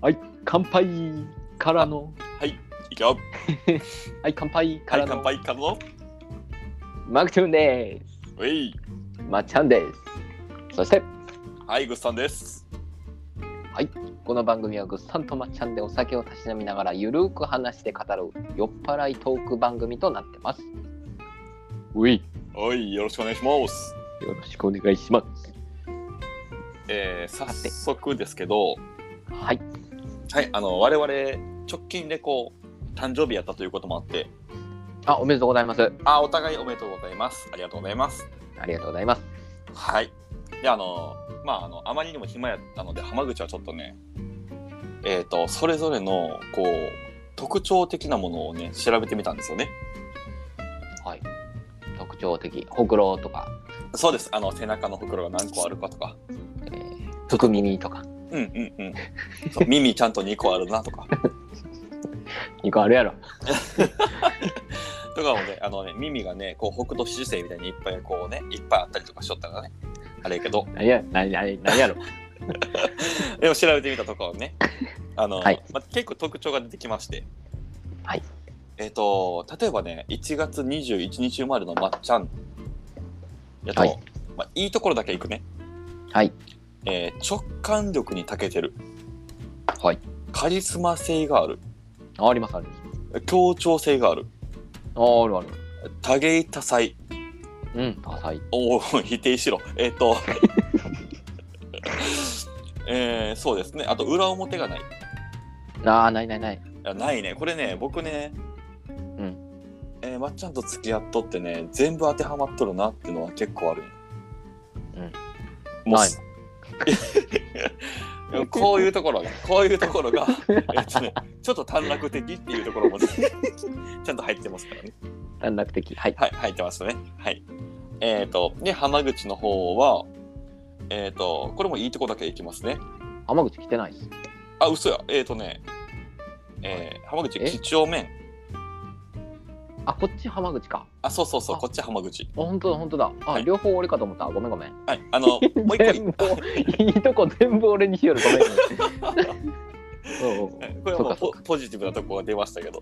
はい、乾杯からの。はい、いくよ。はい、乾杯かはいら、の。乾杯、カロマクトゥーンでウェイ。す。まっちゃんです。そして、はい、グッさんです。この番組はぐっさんとまっちゃんでお酒をたしなみながらゆるく話して語る酔っ払いトーク番組となってます。うい、おい、よろしくお願いします。よろしくお願いします。えー、早て速ですけど、はい、はい、あの、我々、直近でこう、誕生日やったということもあって、あ、おめでとうございます。あ、お互いおめでとうございます。ありがとうございます。ありがとうございます。はい。で、あの、まあ、あの、あまりにも暇やったので、浜口はちょっとね、えっ、と、それぞれの、こう、特徴的なものをね、調べてみたんですよね。はい。特徴的、ほくろとか、そうです。あの、背中の袋が何個あるかとか。えー、つく耳とか、うんうんうん。そう耳ちゃんと2個あるなとか。 2個あるやろ。とかもね、あのね、耳がね、こう、北斗七星みたいにいっぱいこうね、いっぱいあったりとかしとったからね。あれや けど、何や、何何何 やろ。でも調べてみたところね、あの、はいまあ、結構特徴が出てきまして。はい。えっ、と、例えばね、1月21日生まれのまっちゃん。やと、はいいまあ、いいところだけいくね。はい。えー直感力に長けてる。はい。カリスマ性がある。ああります、あります。協調性がある。ああるある。多芸多彩。うん、多彩。おお、否定しろ。 えっ、と。えー、そうですね。あと、裏表がない。ああ、ないないない。いやないね。これね、僕ね、うんえーまっちゃんと付き合っとってね、全部当てはまっとるなっていうのは結構あるんようんもうすいや こういうところが、こういうところが、えっとね、ちょっと短絡的っていうところもね、 ちゃんと入ってますからね。短絡的。はい。はい、入ってますね。はい。えっ、と、で、浜口の方は、えっ、と、これもいいとこだけいきますね。浜口来てないです。あ、嘘や。えっ、とね、えー浜口、え几帳面。あ、こっち浜口か。あ、そうそうそう、あこっち浜口。あ、本当だ、本当だ。あ、はい両方俺かと思った。ごめん、ごめん。はい、あの、もう一個い全部、いいとこ全部俺にしよる。ごめん ごめん。これはもうそポうかポジティブなとこが出ましたけど。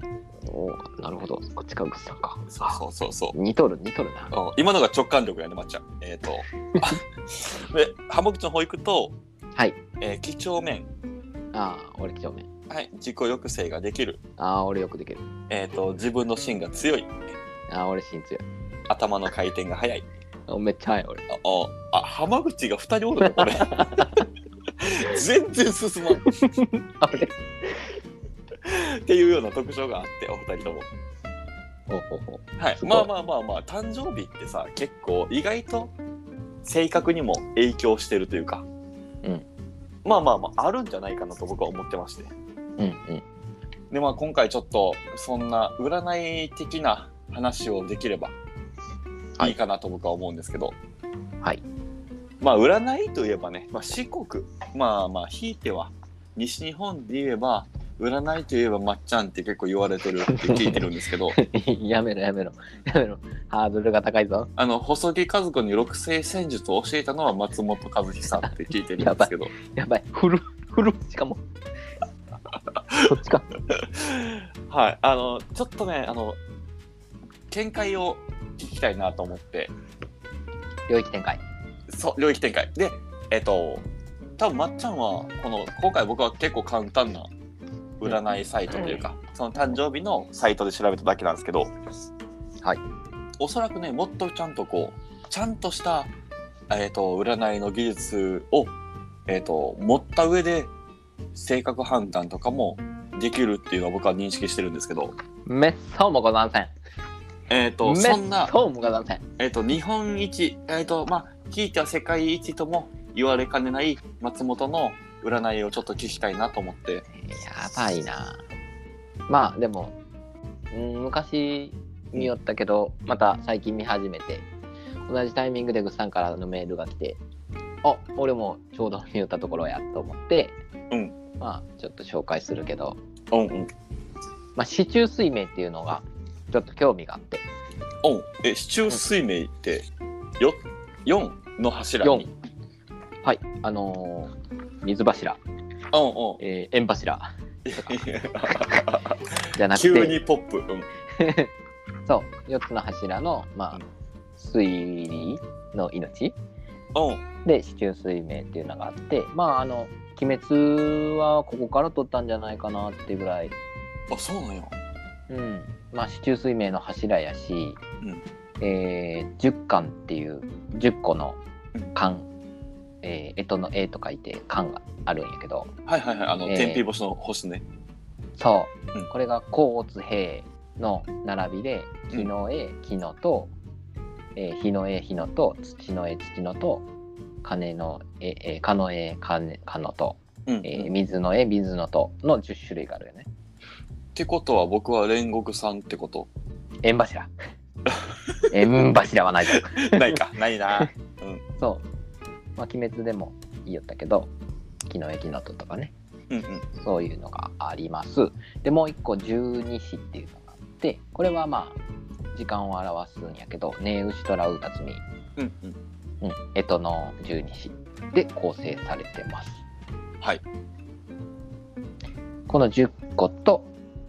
おうおうなるほど。こっちか、ぐっさんか。そうそうそうそう。似とる、似とるな。うん今のが直感力やね、まっちゃん。えっ、 と。あで、浜口の方行くと、はい。えー、几帳面。ああ、俺、几帳面。はい、自己抑制ができる。ああ、俺よくできる。えっ、と、自分の芯が強い。ああ、俺、心強い。頭の回転が速い。あめっちゃ早い、俺。あ、ああ浜口が二人おるの これ。全然進まん。っあ、俺。ていうような特徴があって、お二人とも。ほうほうほう。はい。すごいまあまあまあまあ、誕生日ってさ、結構意外と性格にも影響してるというか。うんまあまあまあ、あるんじゃないかなと僕は思ってまして。うんうん。でまあ今回ちょっとそんな占い的な話をできればはいいいかなと僕は思うんですけど、はいまあ占いといえばね、まあ、四国まあまあひいては西日本で言えば占いといえばまっちゃんって結構言われてるって聞いてるんです けどやめろ、やめろ。やめろ。ハードルが高いぞ。あの細木和子に六星戦術を教えたのは松本和樹さんって聞いてるんですけどやばい。ふる、ふる、しかも。そっちか。はいあのちょっとねあの見解を聞きたいなと思って領域展開。そう領域展開でえっと多分まっちゃんはこの今回僕は結構簡単な占いサイトというか、その誕生日のサイトで調べただけなんですけどはいおそらくねもっとちゃんとこうちゃんとした、えっと占いの技術を、えっと持った上で性格判断とかもできるっていうのは僕は認識してるんですけど、めっそうもござんせん。えっとめそんなっそうもござんせん。えっ、と、日本一、えっ、と、まあ、ひいては世界一とも言われかねない松本の占いをちょっと聞きたいなと思って。やばいな。まあでも、うん、昔見よったけど、また最近見始めて、同じタイミングでぐっさんからのメールが来て、あ俺もちょうど見よったところやと思って、うんまあちょっと紹介するけど、うんうん。まあ、市中水明っていうのがちょっと興味があって、おん。え、市中水明って、よ、四の柱4に。。はい、あのー水柱。うんうんえー、縁柱 じゃなく急てにポップ、うん、そう4つの柱のまあうん水理の命うん、で四柱推命っていうのがあってまああの「鬼滅」はここから取ったんじゃないかなってぐらい、あそうなんやうん、まあ四柱推命の柱やし、うんえー、10巻っていう10個の巻、えー、えとの「え」と書いて巻があるんやけどはいはいはいあの、えー天日干しの星ねそう、うんこれが「甲乙丙」の並びで「木の絵」「木のと」えー「日の絵」「日のと」「土の絵」「土のと」「金の絵」えー「かの絵」かね「かのと」うん、えー水の絵水のとの10種類があるよねってことは僕は煉獄さんってこと 縁 柱縁柱はないぞないかないなそう、まあ、鬼滅でも言いよったけど木の絵木のととかねうんうんそういうのがありますでもう一個十二支っていうのがあってこれはまあ時間を表すんやけど「ねうしとらうたつみ」うんうんうん「えとの十二支」で構成されてますはいこの10個と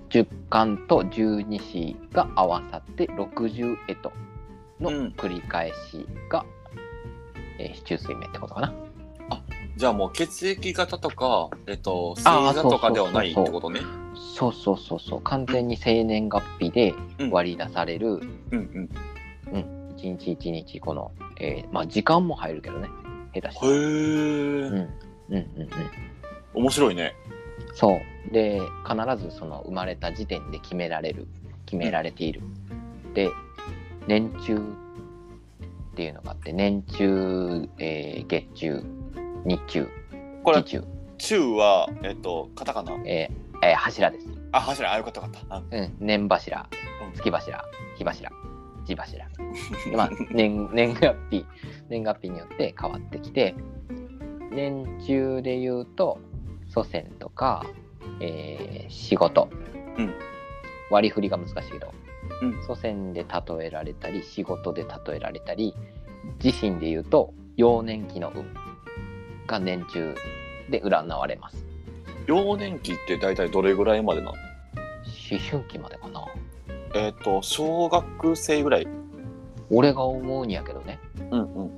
10巻と12子が合わさって60絵とのうん繰り返しが、えー、市中水面ってことかな。じゃあもう血液型とかえっと星あー座とかではないってことねそうそうそうそう完全に生年月日でうん割り出されるうんうん一日一日この、えーまあ時間も入るけどね下手したら。へえ、うんうんうんうん、面白いねそうで必ずその生まれた時点で決められる決められている、で年中っていうのがあって年中、えー月中日中これ時中、中はえっとカタカナえーえー柱です、あ柱あよかったよか ったあうん、年柱うん月柱火柱地柱でまあ年 年月日年月日によって変わってきて年中で言うと祖先とか、えー仕事、うん割り振りが難しいけど、うん祖先で例えられたり仕事で例えられたり自身で言うと幼年期の運が年中で占われます幼年期って大体どれぐらいまでなの思春期までかなえっと小学生ぐらい俺が思うにやけどねうんうん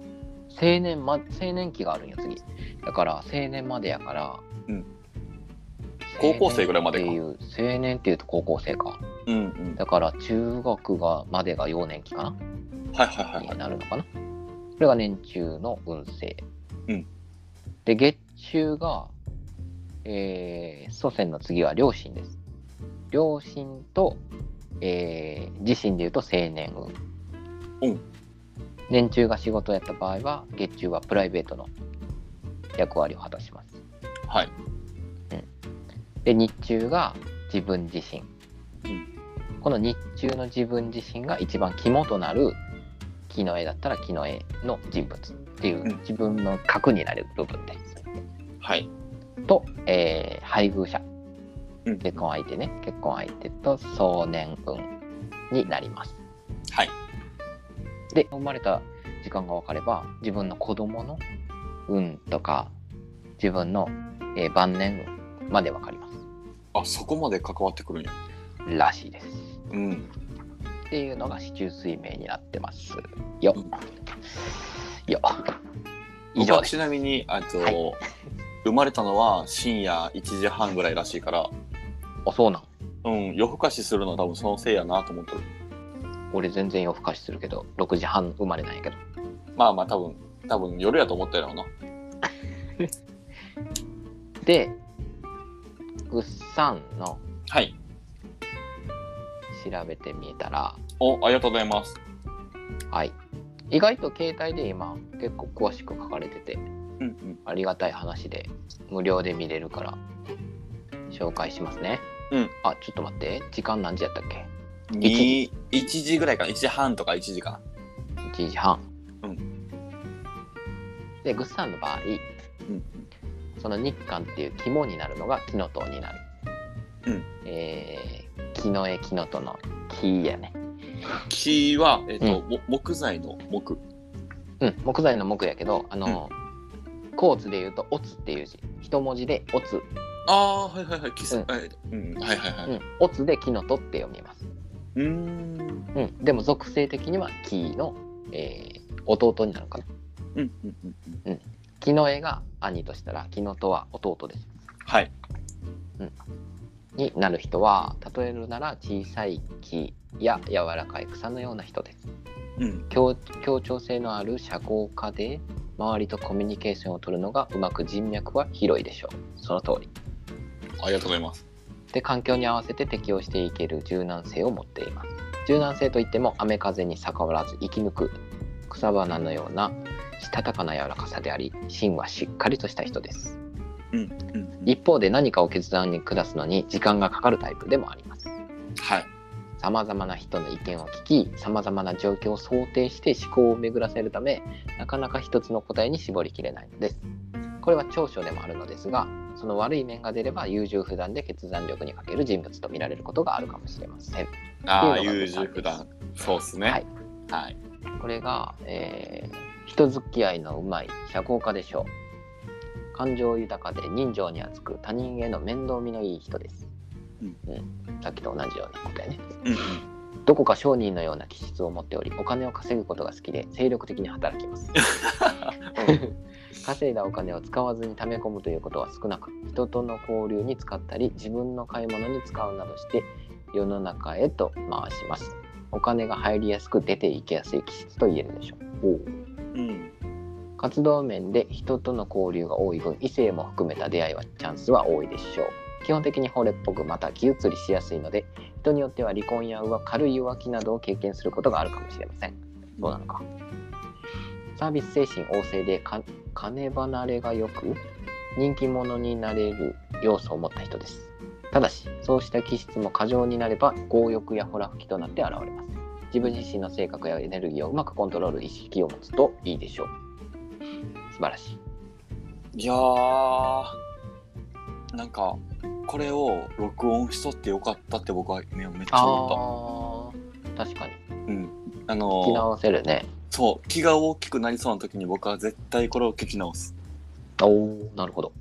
青年,、ま、青年期があるんよ次だから青年までやから、うん高校生ぐらいまでか青年っていう青年っていうと高校生かうんうんだから中学がまでが幼年期かなはいはいはいはいになるのかなそれが年中の運勢、うんで月中が、えー祖先の次は両親です両親と、えー自身で言うと青年運、うん年中が仕事をやった場合は月中はプライベートの役割を果たしますはいで日中が自分自身、うんこの日中の自分自身が一番肝となる木の絵だったら木の絵の人物っていううん自分の核になる部分です、はいと、えー配偶者、うん結婚相手ね結婚相手と壮年運になりますはいで生まれた時間が分かれば自分の子供の運とか自分の、えー晩年運まで分かりますあそこまで関わってくるんやらしいですうんっていうのが市中水明になってますよ。よ。以僕上はです。ちなみにあと、は生まれたのは深夜1時半ぐらいらしいからあ、そうなん。うん夜更かしするのは多分そのせいやなと思ってる俺全然夜更かしするけど、6時半生まれなんやけど。まあまあ多分多分夜やと思ったやろうなで、ぐっさんのはい調べてみたら、おありがとうございますはい。意外と携帯で今結構詳しく書かれてて、うんうんありがたい話で、無料で見れるから、紹介しますね。うん。あ、ちょっと待って。時間何時やったっけに1時ぐらいかな1時半とか1時かな ?1 時半。うん。で、ぐっさんの場合、うんその日韓っていう肝になるのが木の塔になる。うんえー、木の絵木の塔の木やね。木は、えっとも木材の木うん、木材の木やけど、あの、コーツで言うと、オツっていう字。一文字で「おつ」ああーはいはいはいキス、うんはいうん、はいはいはういん「おつ」で「木のと」って読みます、うーんうん、でも属性的には「木の」えー弟になるかなうんうんうん木の絵が兄としたら木のとは弟ですはいになる人は例えるなら小さい木や柔らかい草のような人ですうん協協調性のある社交家で周りとコミュニケーションを取るのがうまく人脈は広いでしょうその通りありがとうございますで環境に合わせて適応していける柔軟性を持っています柔軟性といっても雨風に逆らわず生き抜く草花のようなしたたかな柔らかさであり芯はしっかりとした人ですうんうんうん一方で何かを決断に下すのに時間がかかるタイプでもありますはいさまざまな人の意見を聞きさまざまな状況を想定して思考を巡らせるためなかなか一つの答えに絞りきれないのですこれは長所でもあるのですがその悪い面が出れば優柔不断で決断力に欠ける人物と見られることがあるかもしれませんあっあてい優うのが柔不断そうですねはい、はい、これが、えー人付き合いのうまい社交家でしょう感情豊かで人情に厚く他人への面倒見のいい人です、うんうん、さっきと同じような答えねうんうんどこか商人のような気質を持っておりお金を稼ぐことが好きで精力的に働きます稼いだお金を使わずに貯め込むということは少なく人との交流に使ったり自分の買い物に使うなどして世の中へと回しますお金が入りやすく出ていきやすい気質と言えるでしょううん活動面で人との交流が多い分異性も含めた出会いはチャンスは多いでしょう基本的に惚れっぽくまた気移りしやすいので人によっては離婚や浮軽い浮気などを経験することがあるかもしれませんそうなのかサービス精神旺盛でか金離れがよく人気者になれる要素を持った人ですただしそうした気質も過剰になれば強欲やほら吹きとなって現れます自分自身の性格やエネルギーをうまくコントロール意識を持つといいでしょう素晴らしい。いやーなんかこれを録音しとってよかったって僕はねめっちゃ思っあー確かに。たうんあ聞きのー直せるね。そう気が大きくなりそうな時に僕は絶対これを聞き直すおお、なるほど。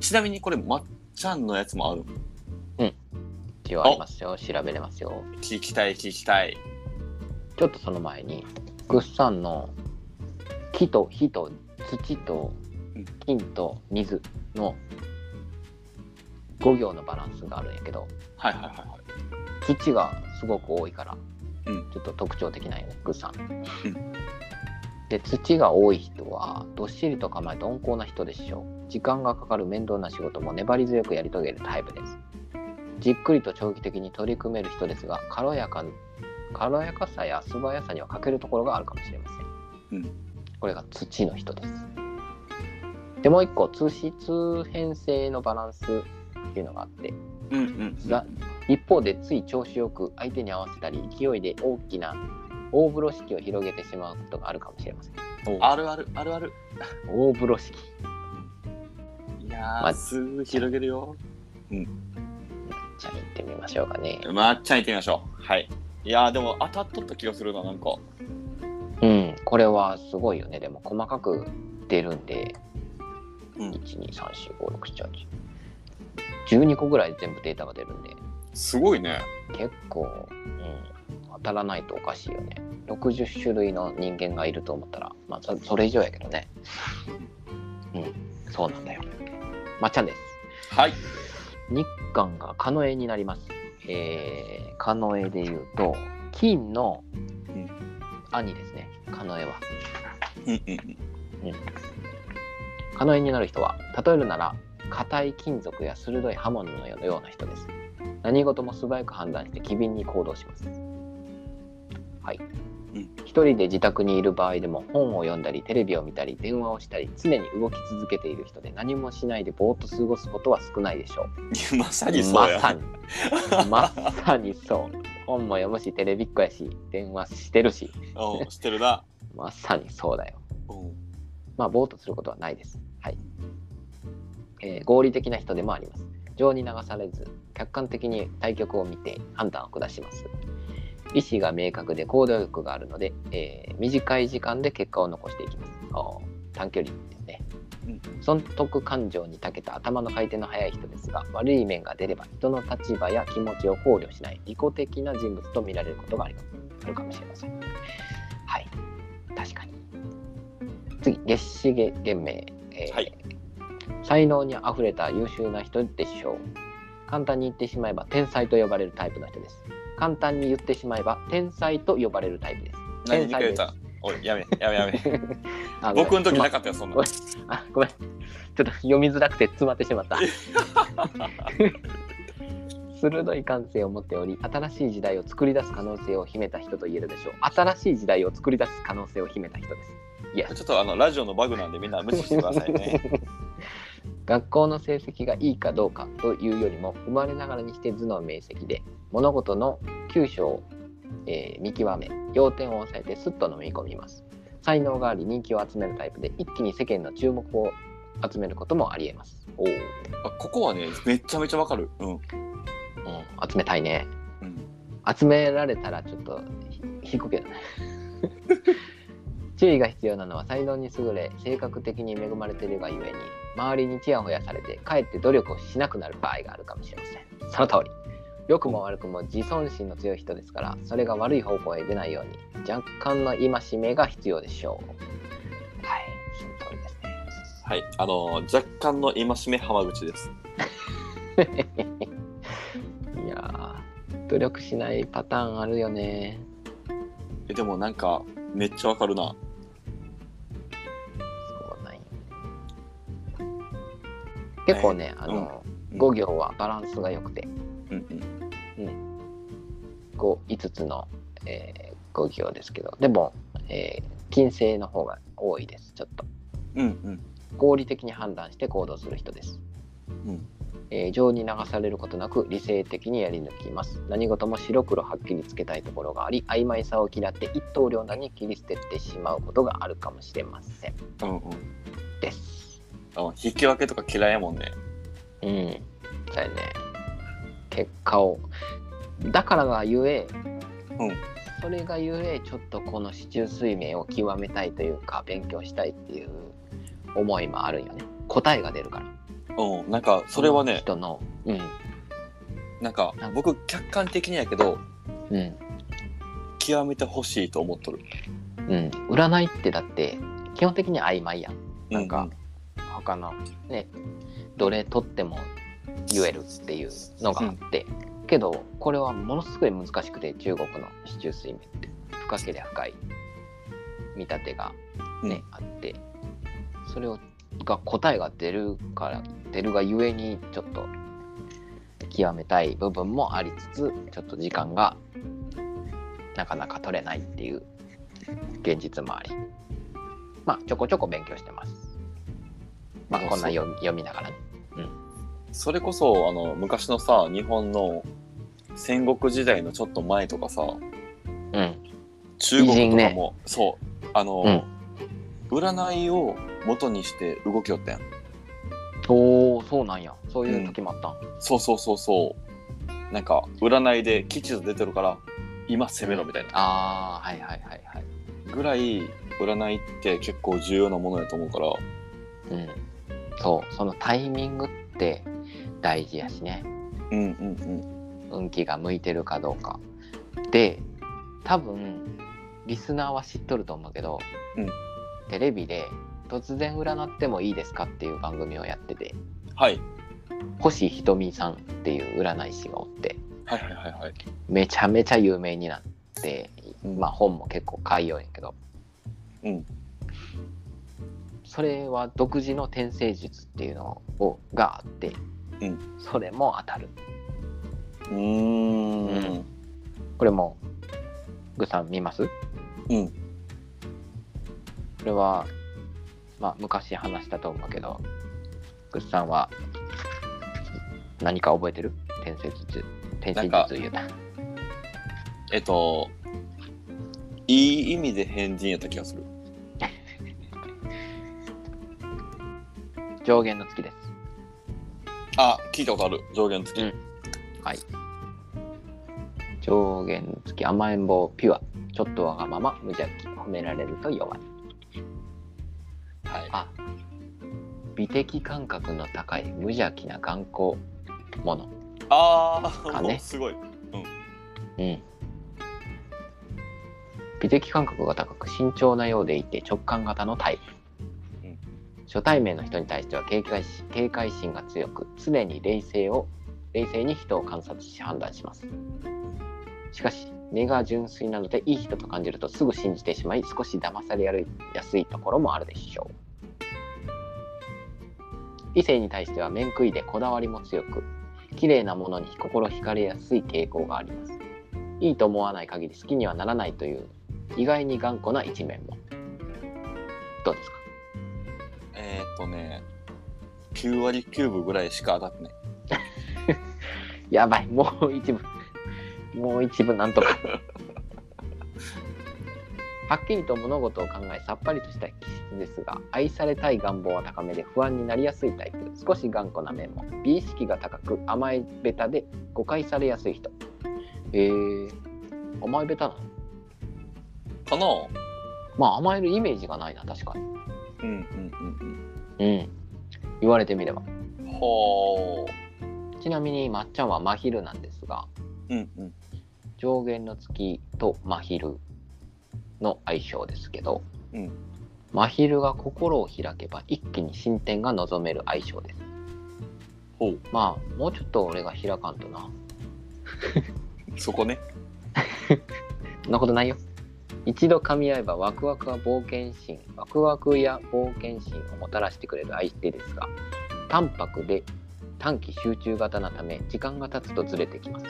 ちなみにこれまっちゃんのやつもある一応ありますよ。調べれますよ。聞きたい聞きたいちょっとその前に、グッサンの木と火と土とうん金と水の5行のバランスがあるんやけど、はいはいはいはい土がすごく多いから、うんちょっと特徴的なんよね、グッサン。うで土が多い人はどっしりと構えて温厚な人でしょう時間がかかる面倒な仕事も粘り強くやり遂げるタイプですじっくりと長期的に取り組める人ですが軽やか軽やかさや素早さには欠けるところがあるかもしれません、うんこれが土の人ですでもう一個通質編成のバランスっていうのがあってうんうんが一方でつい調子よく相手に合わせたり勢いで大きな大風呂敷を広げてしまうことがあるかもしれませんあるあるあるある大風呂敷いやまーすぐ広げるよじゃあ行ってみましょうかねまっちゃん行ってみましょうはいいやーでも当たっとった気がするななんかうんこれはすごいよねでも細かく出るんで、うん12345678912個ぐらい全部データが出るんですごいね結構、うん、当たらないとおかしいよね60種類の人間がいると思ったらまあそそれ以上やけどねうんそうなんだよまっちゃんですはい日韓がカノエになります。えー、カノエで言うと、金のうん兄ですね、カノエは。うんうんうんカノエになる人は、例えるなら、硬い金属や鋭い刃物のような人です。何事も素早く判断して機敏に行動します。はい。うん一人で自宅にいる場合でも本を読んだりテレビを見たり電話をしたり常に動き続けている人で何もしないでぼーっと過ごすことは少ないでしょう。い やまさにそうやまさ にまさにそう本も読むしテレビっ子やし電話してるしうんしてるなまさにそうだようんまあぼーっとすることはないですはい、えー合理的な人でもあります情に流されず客観的に対局を見て判断を下します意思が明確で行動力があるので、えー短い時間で結果を残していきますあー短距離ですねうん損得感情に長けた頭の回転の速い人ですが悪い面が出れば人の立場や気持ちを考慮しない利己的な人物と見られることがありあるかもしれませんはい確かに次月資源明、えーはい才能にあふれた優秀な人でしょう簡単に言ってしまえば天才と呼ばれるタイプの人です簡単に言ってしまえば天才と呼ばれるタイプです何にくれ天才たでおいやめやめやめ す あ僕の時なかかったよそんなごめんあごめんちょっと読みづらくて詰まってしま った鋭い感性を持っており新しい時代を作り出す可能性を秘めた人と言えるでしょう新しい時代を作り出す可能性を秘めた人ですイエスちょっとあのラジオのバグなんでみんな無視してくださいね 学校の成績がいいかどうかというよりも生まれながらにして頭脳明晰で物事の急所を、えー見極め要点を抑えてすっと飲み込みます才能があり人気を集めるタイプで一気に世間の注目を集めることもありえますおお、うん、あここはねめちゃめちゃわかるうん、集めたいねうん、集められたらちょっとひ引くけどね 注意が必要なのは才能に優れ性格的に恵まれているがゆえに周りにちやほやされてかえって努力をしなくなる場合があるかもしれませんその通り良くも悪くも自尊心の強い人ですからそれが悪い方向へ出ないように若干の戒めが必要でしょうはいその通りですねはいあの若干の戒め浜口ですいやー努力しないパターンあるよねえでもなんかめっちゃわかるなそうなんよ結構ね、あの、うん五行はバランスが良くて、うんうん五五つの、えー五行ですけど、でも、えー金星の方が多いです。ちょっとうんうん合理的に判断して行動する人です。うんえー情に流されることなく理性的にやり抜きます何事も白黒はっきりつけたいところがあり曖昧さを嫌って一刀両断に切り捨ててしまうことがあるかもしれませんうんうんですあの引き分けとか嫌いやもんねうんそうやね結果をだからがゆえ、うんそれがゆえちょっとこの市中水明を極めたいというか勉強したいっていう思いもあるんよね答えが出るからうんなんかそれはね人のうんなんか僕客観的にやけどうん極めてほしいと思っとるうん占いってだって基本的に曖昧やんなんか他のねどれ取っても言えるっていうのがあって、けどこれはものすごい難しくて中国の四柱推命って深ければ深い見立てがね、あってそれをが答えが出るから出るがゆえにちょっと極めたい部分もありつつちょっと時間がなかなか取れないっていう現実もありまあちょこちょこ勉強してますまあそうこんな読み読みながらねそれこそあの昔のさ日本の戦国時代のちょっと前とかさうん中国と偉か人も、そうあの、占いを元にして動きよったやんおおそうなんやそういう時もあったん、そうそうそうそうなんか占いで吉と出てるから今攻めろみたいなああはいはいはいはいぐらい占いって結構重要なものやと思うからうんそうそのタイミングって大事やしねうんうん運気が向いてるかどうかで多分リスナーは知っとると思うけど、うんテレビで「突然占ってもいいですか?」っていう番組をやっててうんはい星ひとみさんっていう占い師がおってはいはいはいはいめちゃめちゃ有名になって、うんまあ本も結構買いようやけど、うんそれは独自の転生術っていうのをがあって、うんそれも当たるうーんこれもグさん見ますうんこれは、まあ、昔話したと思うけどグッさんは何か覚えてる転生術転生なんか術言うたえっといい意味で変人やった気がする上限の月ですあ聞いたことある上限付き、うんはい上限の月甘えん坊ピュアちょっとわがまま無邪気褒められると弱いはいあ美的感覚の高い無邪気な頑固者。あかあ、ねもう すごい。うん。美的感覚が高く慎重なようでいて直感型のタイプ。うん初対面の人に対しては警戒し警戒心が強く常に冷静を冷静に人を観察し判断しますしかし根が純粋なのでいい人と感じるとすぐ信じてしまい少し騙されやすいところもあるでしょう異性に対しては面食いでこだわりも強く綺麗なものに心惹かれやすい傾向がありますいいと思わない限り好きにはならないという意外に頑固な一面もどうですかえーっとね、9割9分ぐらいしか当たってない。やばいもう一部 もう一部なんとかはっきりと物事を考えさっぱりとした気質ですが愛されたい願望は高めで不安になりやすいタイプ少し頑固な面も美意識が高く甘えベタで誤解されやすい人えー、甘えベタなのかなまあ甘えるイメージがないな確かにうんうんうん言われてみればうんうん。ほちなみにまっちゃんは真昼なんですがー。うんうん。上限の月と真昼の相性ですけど、うん真昼が心を開けば一気に進展が望める相性ですほう。まあもうちょっと俺が開かんとなそこね。そんなことないよ一度噛み合えばワクワクは冒険心ワクワクや冒険心をもたらしてくれる相手ですが淡白で短期集中型なため時間が経つとずれてきます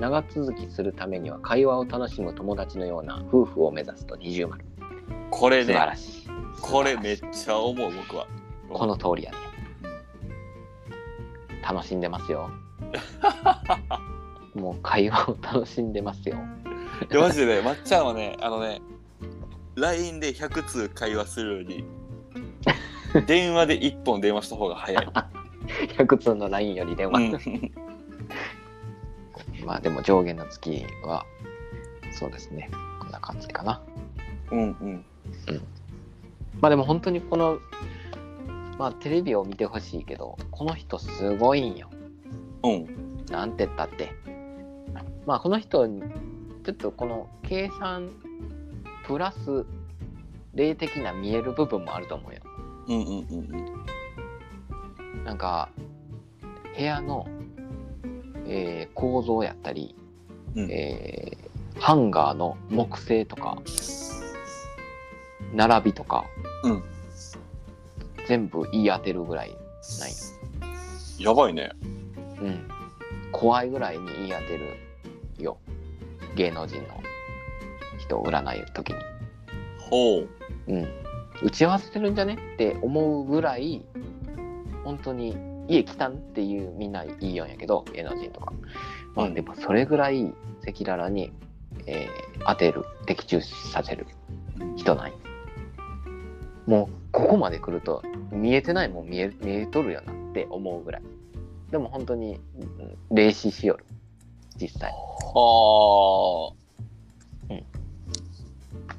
長続きするためには会話を楽しむ友達のような夫婦を目指すと二重丸これ素晴ね、らしいこれめっちゃ思う、僕は。この通りやね楽しんでます よもう会話を楽しんでますよいや、マジでね、まっちゃんはね、あのね、LINE で100通会話するより、電話で1本電話した方 が早い。 100通の LINE より電う話、ん、まあでも上限の月はそうですねこんな感じかなうん、うん。まあでも本当にこのまあテレビを見てほしいけどこの人すごいんようん。なんてったってまあこの人にちょっとこの計算プラス霊的な見える部分もあると思うようん、うん、うん。なんか部屋の、えー構造やったり、うんえーハンガーの木製とか並びとか、うん全部言い当てるぐらい、ないやばいね。うん、怖いぐらいに言い当てるよ芸能人の人を占い時に、ほう。うん、打ち合わせてるんじゃねって思うぐらい本当に家来たんっていうみんないいよんやけど芸能人とか、まあ、うんでもそれぐらい赤裸々に、えー当てる的中させる人ないもうここまで来ると見えてないもん見え見えとるよなって思うぐらいでも本当にうん霊視しよる実際は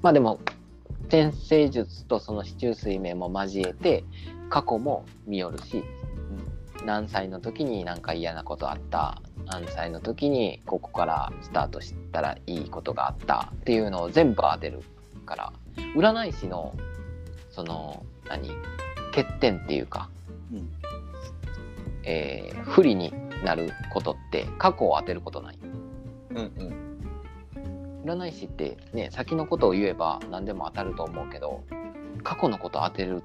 まあでも転生術とその四柱推命も交えて過去も見よるし、何歳の時に何か嫌なことあった何歳の時にここからスタートしたらいいことがあったっていうのを全部当てるから占い師のその何欠点っていうか、うんえー不利になることって過去を当てることない。あ。うん、うん。占い師ってね先のことを言えば何でも当たると思うけど過去のことを当てるっ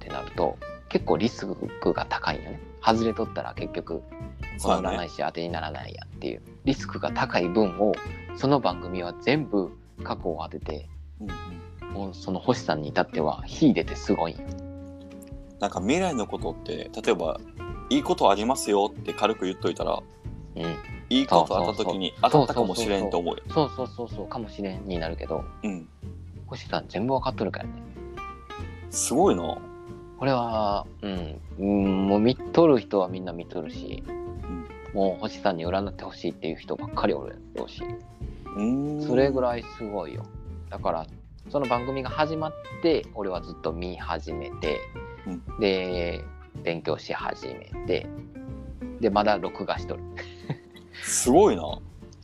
てなると結構リスクが高いよね外れとったら結局こそうのだね占い。師当てにならないやっていうリスクが高い分をその番組は全部過去を当ててうんうんもうその星さんに至っては秀でてすごいんよなんか未来のことって、例えば、いいことありますよって軽く言っといたら、うんいいことあった時に当たったかもしれんと思うよ。そうそうそうそうかもしれんになるけどうん。星さん全部わかっとるからねすごいな。これは、うん、うんもう見とる人はみんな見とるし、んもう星さんに占ってほしいっていう人ばっかりおるやろうし、うーん。それぐらい。らいすごいよ。だから、その番組が始まって、俺はずっと見始めて、うんで勉強し始めてでまだ録画しとるすごいな。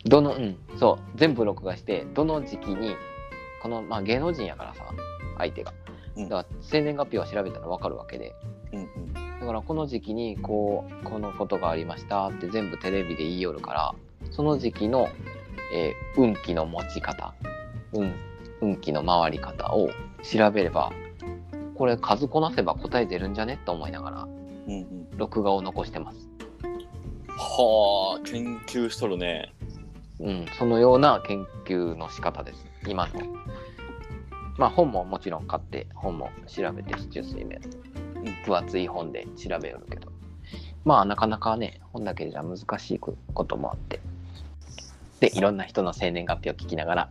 どのうんそう全部録画してどの時期にこの、まあ、芸能人やからさ相手がうんだから生年月日を調べたら分かるわけでうんうん。だからこの時期にこうこのことがありましたって全部テレビで言いよるからその時期の、えー運気の持ち方、うん、運気の回り方を調べればこれ数こなせば答え出るんじゃねと思いながらうんうん。録画を残してます。はあ、研究しとるね。うん、そのような研究の仕方です今のまあ本ももちろん買って本も調べて市中水面ん分厚い本で調べよるけどまあなかなかね本だけじゃ難しいこともあってでいろんな人の生年月日を聞きながら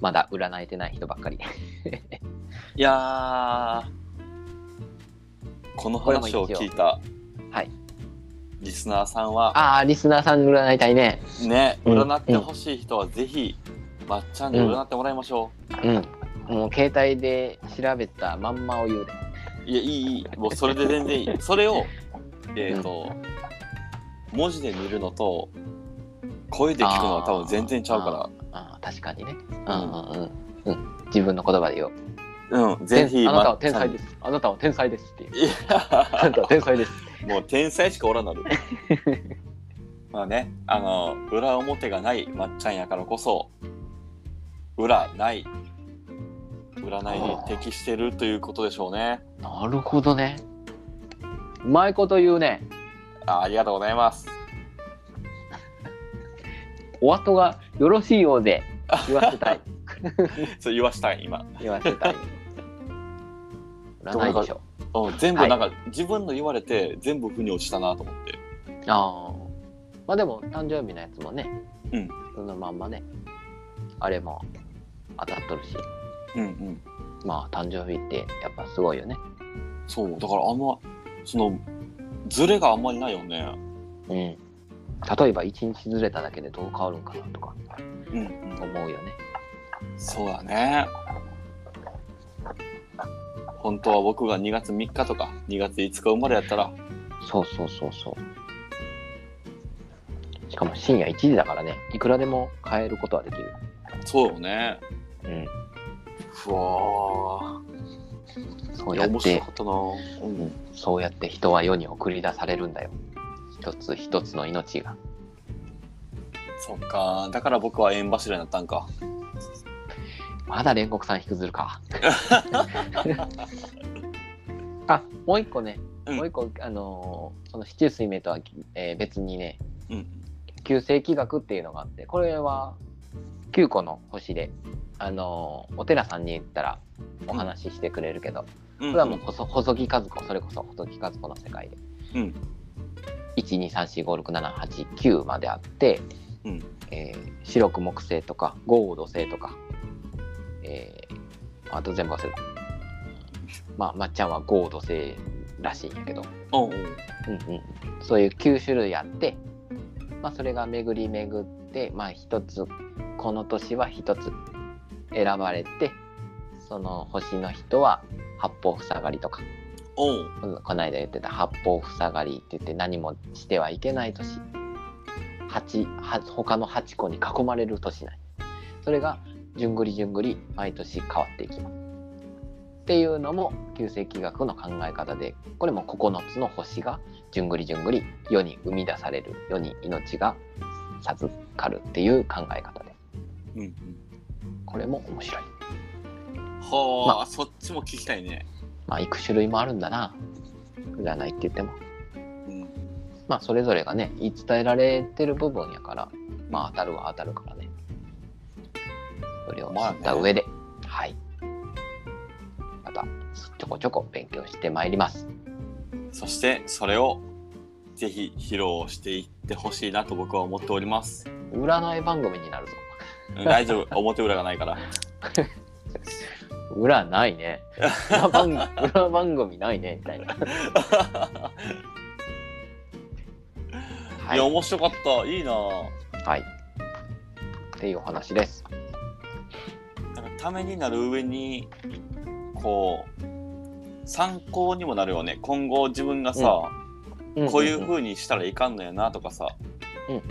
まだ占えてない人ばっかりいやー、この話を聞いたはいリスナーさんは、ああリスナーさんに占いたいねね、うん占ってほしい人はぜひ、まっちゃんに占ってもらいましょうんもう携帯で調べたまんまを言うでう。いや、いい、いい。もうそれで全然 いい。それを、えっ、と、文字で見るのと、声で聞くのは多分全然ちゃうかあー確かにねうんうんうん、うん、自分の言葉で言おうら。うん、ぜひ、あなたまはっち天ゃん才にで。す。あなたは天才ですっていう。いあやなたは天才です。もう天才しかおらんなる。 まあね、あの、裏表がないまっちゃんやからこそ、裏ない、占いに適してるということでしょうね。なるほどね。うまいこと言うね。あありがとうございます。 お後がよろしいようで言わせた い。そう言わしたい、今。言わせたい。占いでしょ。うん全部なんか、自分の言われて、全部腑に落ちたなと思って。ああ。まあでも誕生日のやつもね。うん。そのまんまね。あれも当たっとるし。うんうん。まあ誕生日ってやっぱすごいよね。そう、だからあんま、その、ズレがあんまりないよね。うん。例えば1日ずれただけでどう変わるんかなとかうんうん。思うよね。そうだね。本当は僕が2月3日とか2月5日生まれやったら、そうそうそうそう。しかも深夜1時だからね、いくらでも変えることはできる。そうよね。うん。うわそー。ういやや、っ面白てか、ったな。うん。そうやって人は世に送り出されるんだよ。一つ一つの命が。そっか。だから僕は縁柱になったんか。まだ煉獄さん引きずる か。あ、もう一個ね、うんもう一個、あのーその四柱推命とは、えー別にね、うん。旧世紀学っていうのがあってこれは9個の星であのお寺さんに行ったらお話ししてくれるけど、うんこれはもう細細木和子それこそ細木和子の世界で、うん123456789まであって、うんえー白く木星とか豪土星とか、えーあと全部忘れたまあまっちゃんは豪土星らしいんやけどうんうん。うんうん、そういう9種類あって、まあ、それが巡り巡って、まあ、一つこの年は一つ選ばれてその星の人は八方塞がりとかおううんこの間言ってた八方塞がりって言って何もしてはいけない年八は他の8個に囲まれる年ないそれがじゅんぐりじゅんぐり毎年変わっていきますっていうのも旧世紀学の考え方でこれも9つの星がじゅんぐりじゅんぐり世に生み出される世に命が授かるっていう考え方でうんうん。これも面白いはあ、そっちも聞きたいね。まあいく種類もあるんだな占いって言ってもうん。まあそれぞれがね言い伝えられてる部分やからまあ当たるは当たるからねそれを知った上で、はいまたちょこちょこ勉強してまいりますそして、それを、ぜひ披露していってほしいなと僕は思っております。占い番組になるぞうん大丈 夫。表裏がないから。、裏ないね裏番裏番組ないねみたいな、はいいや、面白かった。いいな。はい、っていうお話ですなんかためになる上にこう参考にもなるよね今後自分がさ、こういうう風にしたらいかんのやなとかさ、うん例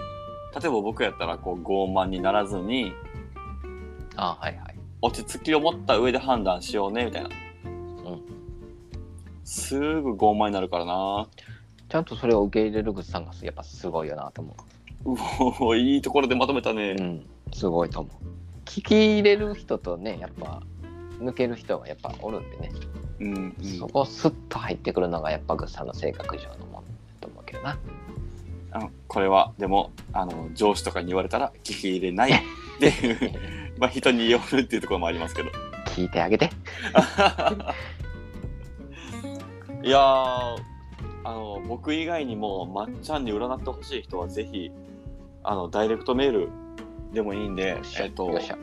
えば僕やったらこう傲慢にならずにあはいはい落ち着きを持った上で判断しようねみたいな、すぐ傲慢になるからな ちゃんとそれを受け入れるグッズさんがやっぱすごいよなと思うおいいところでまとめたね、ううんすごいと思う聞き入れる人とねやっぱ抜ける人はやっぱおるんでね、うんそこをスッと入ってくるのがやっぱグッズさんの性格上のものだと思うけどなあのこれはでもあの上司とかに言われたら聞き入れ ないっていう まあ人によるっていうところもありますけど聞いてあげていやーあの僕以外にもまっちゃんに占ってほしい人はぜひあのダイレクトメールでもいいんでよっしゃえっとよっしゃ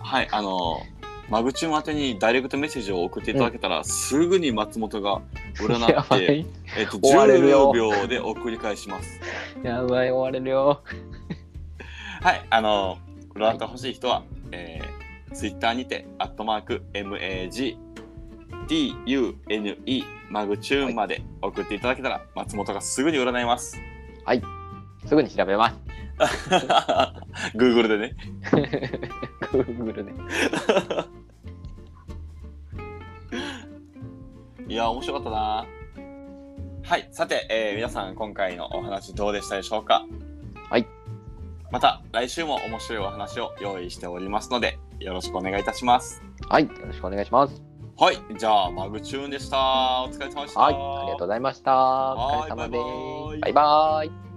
はいあのマグチューン宛てにダイレクトメッセージを送っていただけたら、すぐに松本が占やっばて、いえっと、終われるよ10秒で送り返します やばい終われるよはい、あの、占ってほしい人は、えー、ツイッターにて、アットマーク、MAG、DUNE、マグチューンまで送っていただけたら、松本がすぐに占います。すぐに調べます Google でね。 Google でいや、面白かったな。はい、さて、えー皆さん、今回のお話どうでしたでしょうかはい。また来週も面白いお話を用意しておりますので、よろしくお願いいたします。はいよろしくお願いしますはい、じゃあマグチューンでした。お疲れ様でした。はいありがとうございましたお疲れ様ですはいバイバイバイバイ